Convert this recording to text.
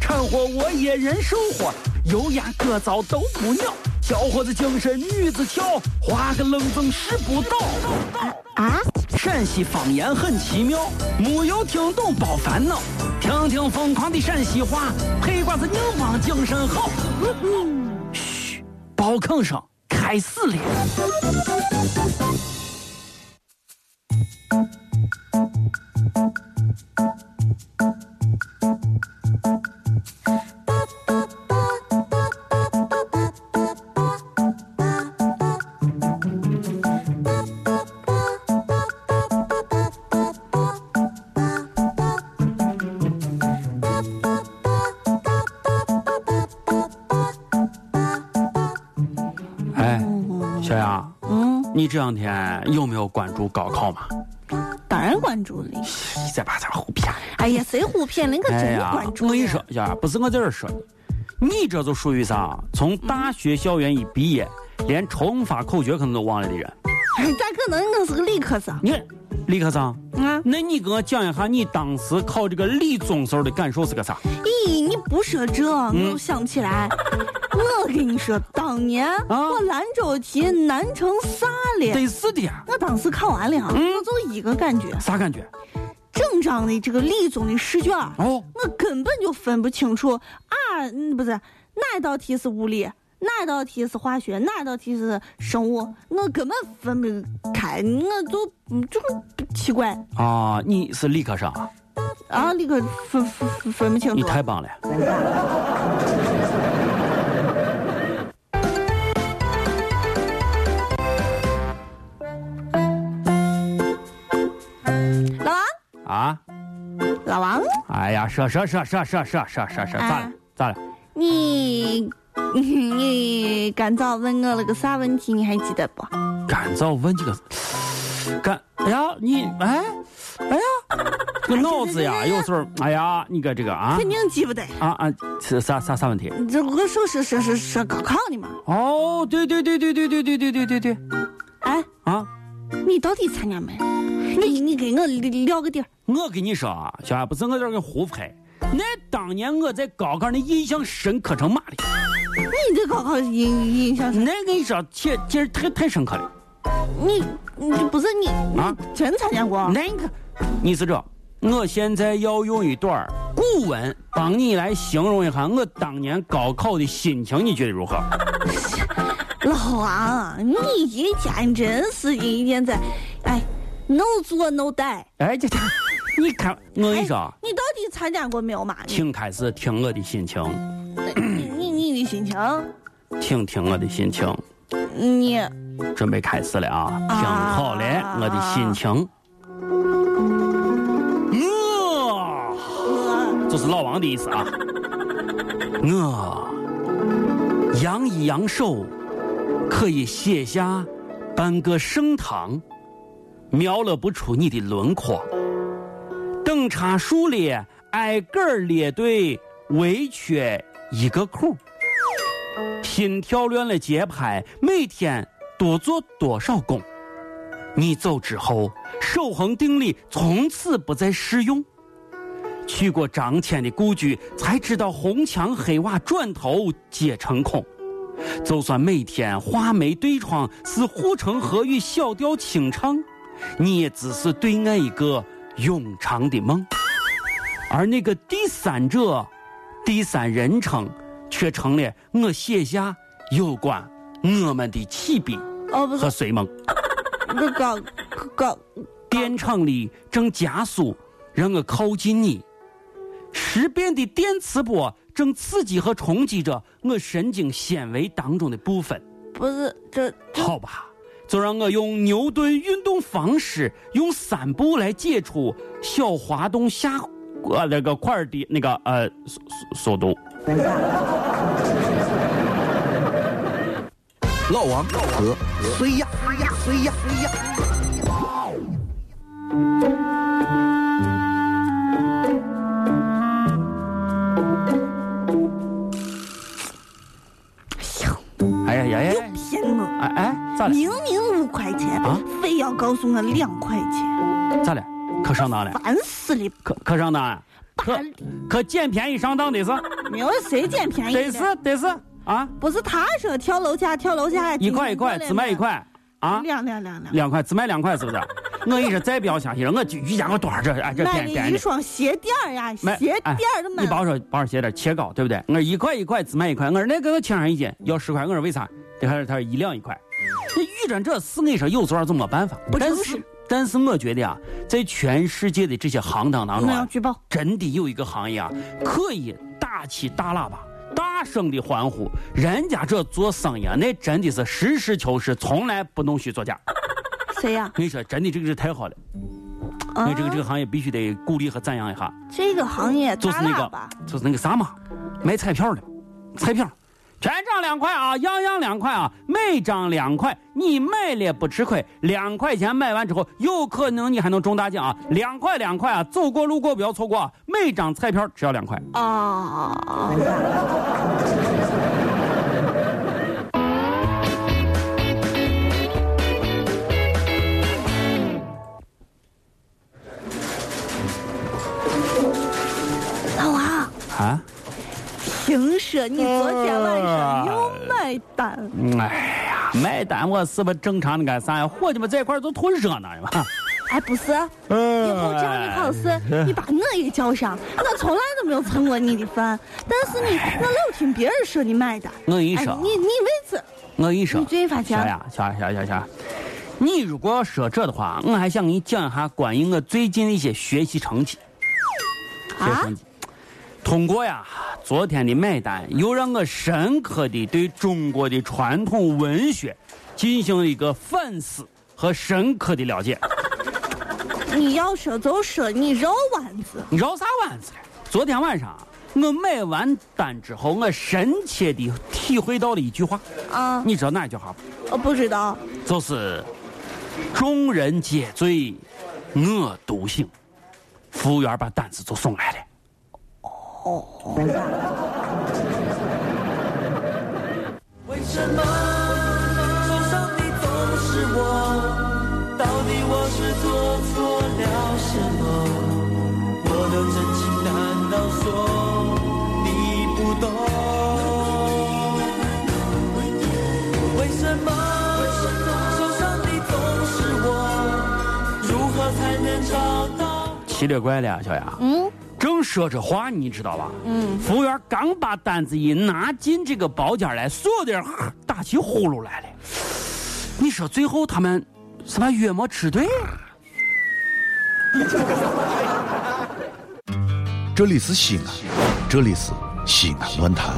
掺和我也人生活，油盐各糟都不尿，小伙子精神女子俏，花个愣风使不倒。啊，陕西方言很奇妙，没有听懂别烦恼，听听疯狂的陕西话，黑瓜子硬邦精神好。嘘，包吭声开始了。哎，小杨，嗯，你这两天有没有关注高考嘛？当然关注了。你再把咱胡骗。哎呀，谁胡骗了？我真的关注啊哎我了。跟你说，小杨，不是我在这儿说你，你这就属于啥？从大学校园一毕业，连乘法口诀可能都忘了的人。咋可哎能？我是个理科生你看，李科长，啊！那你给我讲一下你当时考这个理综时候的感受是个啥？咦，你不说这，嗯我想起来，我跟你说，当年啊我兰州题难成啥了？得是的呀，我当时看完了啊，嗯我就一个感觉，啥感觉？正常的这个理综的试卷儿，哦，我根本就分不清楚二嗯不是哪一道题是物理，哪一道题是化学，哪一道题是生物，我根本分不开，我就嗯就奇怪啊，你是理科生啊，啊，那个分分分分不清你楚。太棒了。老王，啊，老王，哎呀，说说说说说说说说说，咋了啊咋了？你你干早问我了个啥问题，你还记得不？干燥问这个，干哎呀你哎哎呀， 这个脑子呀有时候哎呀你个这个啊肯定记不得。啊啊是啥啥啥问题？你这我说说说说说高考呢嘛？哦，对对对对对对对对对对对哎，啊！你到底参加没？你你给我撂个底儿。我跟你说啊，小孩不是我在这儿给你胡拍，那当年我在高考那印象深刻成妈了，你对高考印印象深那我跟你说，确确实太太深刻了。你你不是你啊你真参加过？那个，你是这，我现在要用一段古文帮你来形容一下我当年高考的心情，你觉得如何？老王，你一天真是一天在，哎，no 做 no die。 哎，这这，你看，我跟你说啊，你到底参加过没有嘛？你请开始听我的心情，你你你的心情，请听我的心情，你准备开始了啊，听好了，我的心情。啊我我这是老王的意思啊。我扬一扬手，可以写下半个盛唐，描了不出你的轮廓。等差数列，挨个儿列队，唯缺一个空。心跳乱了节拍，每天多做多少功？你走之后，守恒定律从此不再适用。去过张骞的故居，才知道红墙黑瓦转头皆成空。就算每天画眉对窗，是护城河与小调清唱，你也只是对我一个永长的梦。而那个第三者，第三人称，却成了我写下有关我们的起笔哦不和是随梦。这高高电场里正加速，让我靠近你。时变的电磁波正刺激和冲击着我神经纤维当中的部分。不是这这好吧，就让我用牛顿运动方式，用散步来解除小滑动下呃那个块儿的那个呃速速速度。老王和谁呀？谁呀？谁呀？哎呀呀呀！天哪！哎哎，咋了？明明五块钱，啊非要告诉我两块钱，咋了？可上当了？烦死了！可可上当了？可可捡便宜上当的是？没有谁捡便宜得的，是得是啊！不是他说跳楼下跳楼下，一块一块，只卖一，块啊！两两两两，两块，只卖两块，是 不是？我跟你说，再不要相信了，我就瑜伽我多少这哎这哎买便宜了便一宜。双鞋垫儿呀，买鞋垫儿都买你了，保守保守鞋点切糕，对不对？我一块一块只卖一块，我说那个我切上一斤要十块，我说为啥？他说他说一两一块。那遇着这事，我跟你说有时候就没办法。不但诚是实但是我觉得啊，在全世界的这些行当当中、我要啊，举报。真的有一个行业啊，可以大起大喇叭。大声的欢呼，人家这做生意啊，那真的是实事求是，从来不弄虚作假。谁呀、我跟你说，真的这个是太好了，啊那这个这个行业必须得鼓励和赞扬一下。这个行业就是大那喇个叭，就是那个啥嘛，买彩票的，彩票，全张两块啊，样样两块啊，每张两块，你买了不吃亏，两块钱买完之后，有可能你还能中大奖啊，两块两块啊，走过路过不要错过啊，每张彩票只要两块。啊，老王，啊，听说你昨天晚哎上又买单，嗯哎呀，买单我是不正常的干啥呀？伙计们在一块儿都图热闹嘛。哎，不是，以后这样的嗯哎考试，你把我也叫上，我从来都没有蹭过你的饭，但是你，我老听别人说你买单，我跟你哎说，，你你为此，我跟你说，你最发小钱呀，小呀，小呀小呀，你如果要说这的话，我还想给你讲一下关于我最近的一些学习成绩。学习啊成绩，通过呀昨天的买单，又让我深刻的对中国的传统文学进行了一个反思和深刻的了解。你要说就说，你绕弯子。你绕啥弯子了？昨天晚上啊我买完单之后，我深切的体会到了一句话，啊，你知道哪一句话不？我哦不知道。就是众人皆醉我独醒。服务员把单子就送来了。为什么受伤的总是我？到底我是做错了什么？我的真情难道说你不懂？为什么受伤的总是我？如何才能找到？奇了怪了呀，小雅。嗯，正说着话，你知道吧？嗯。服务员刚把单子一拿进这个包间来，所有的人呵打起呼噜来了。你说最后他们是把约没吃对？这里是西安，这里是西安论坛。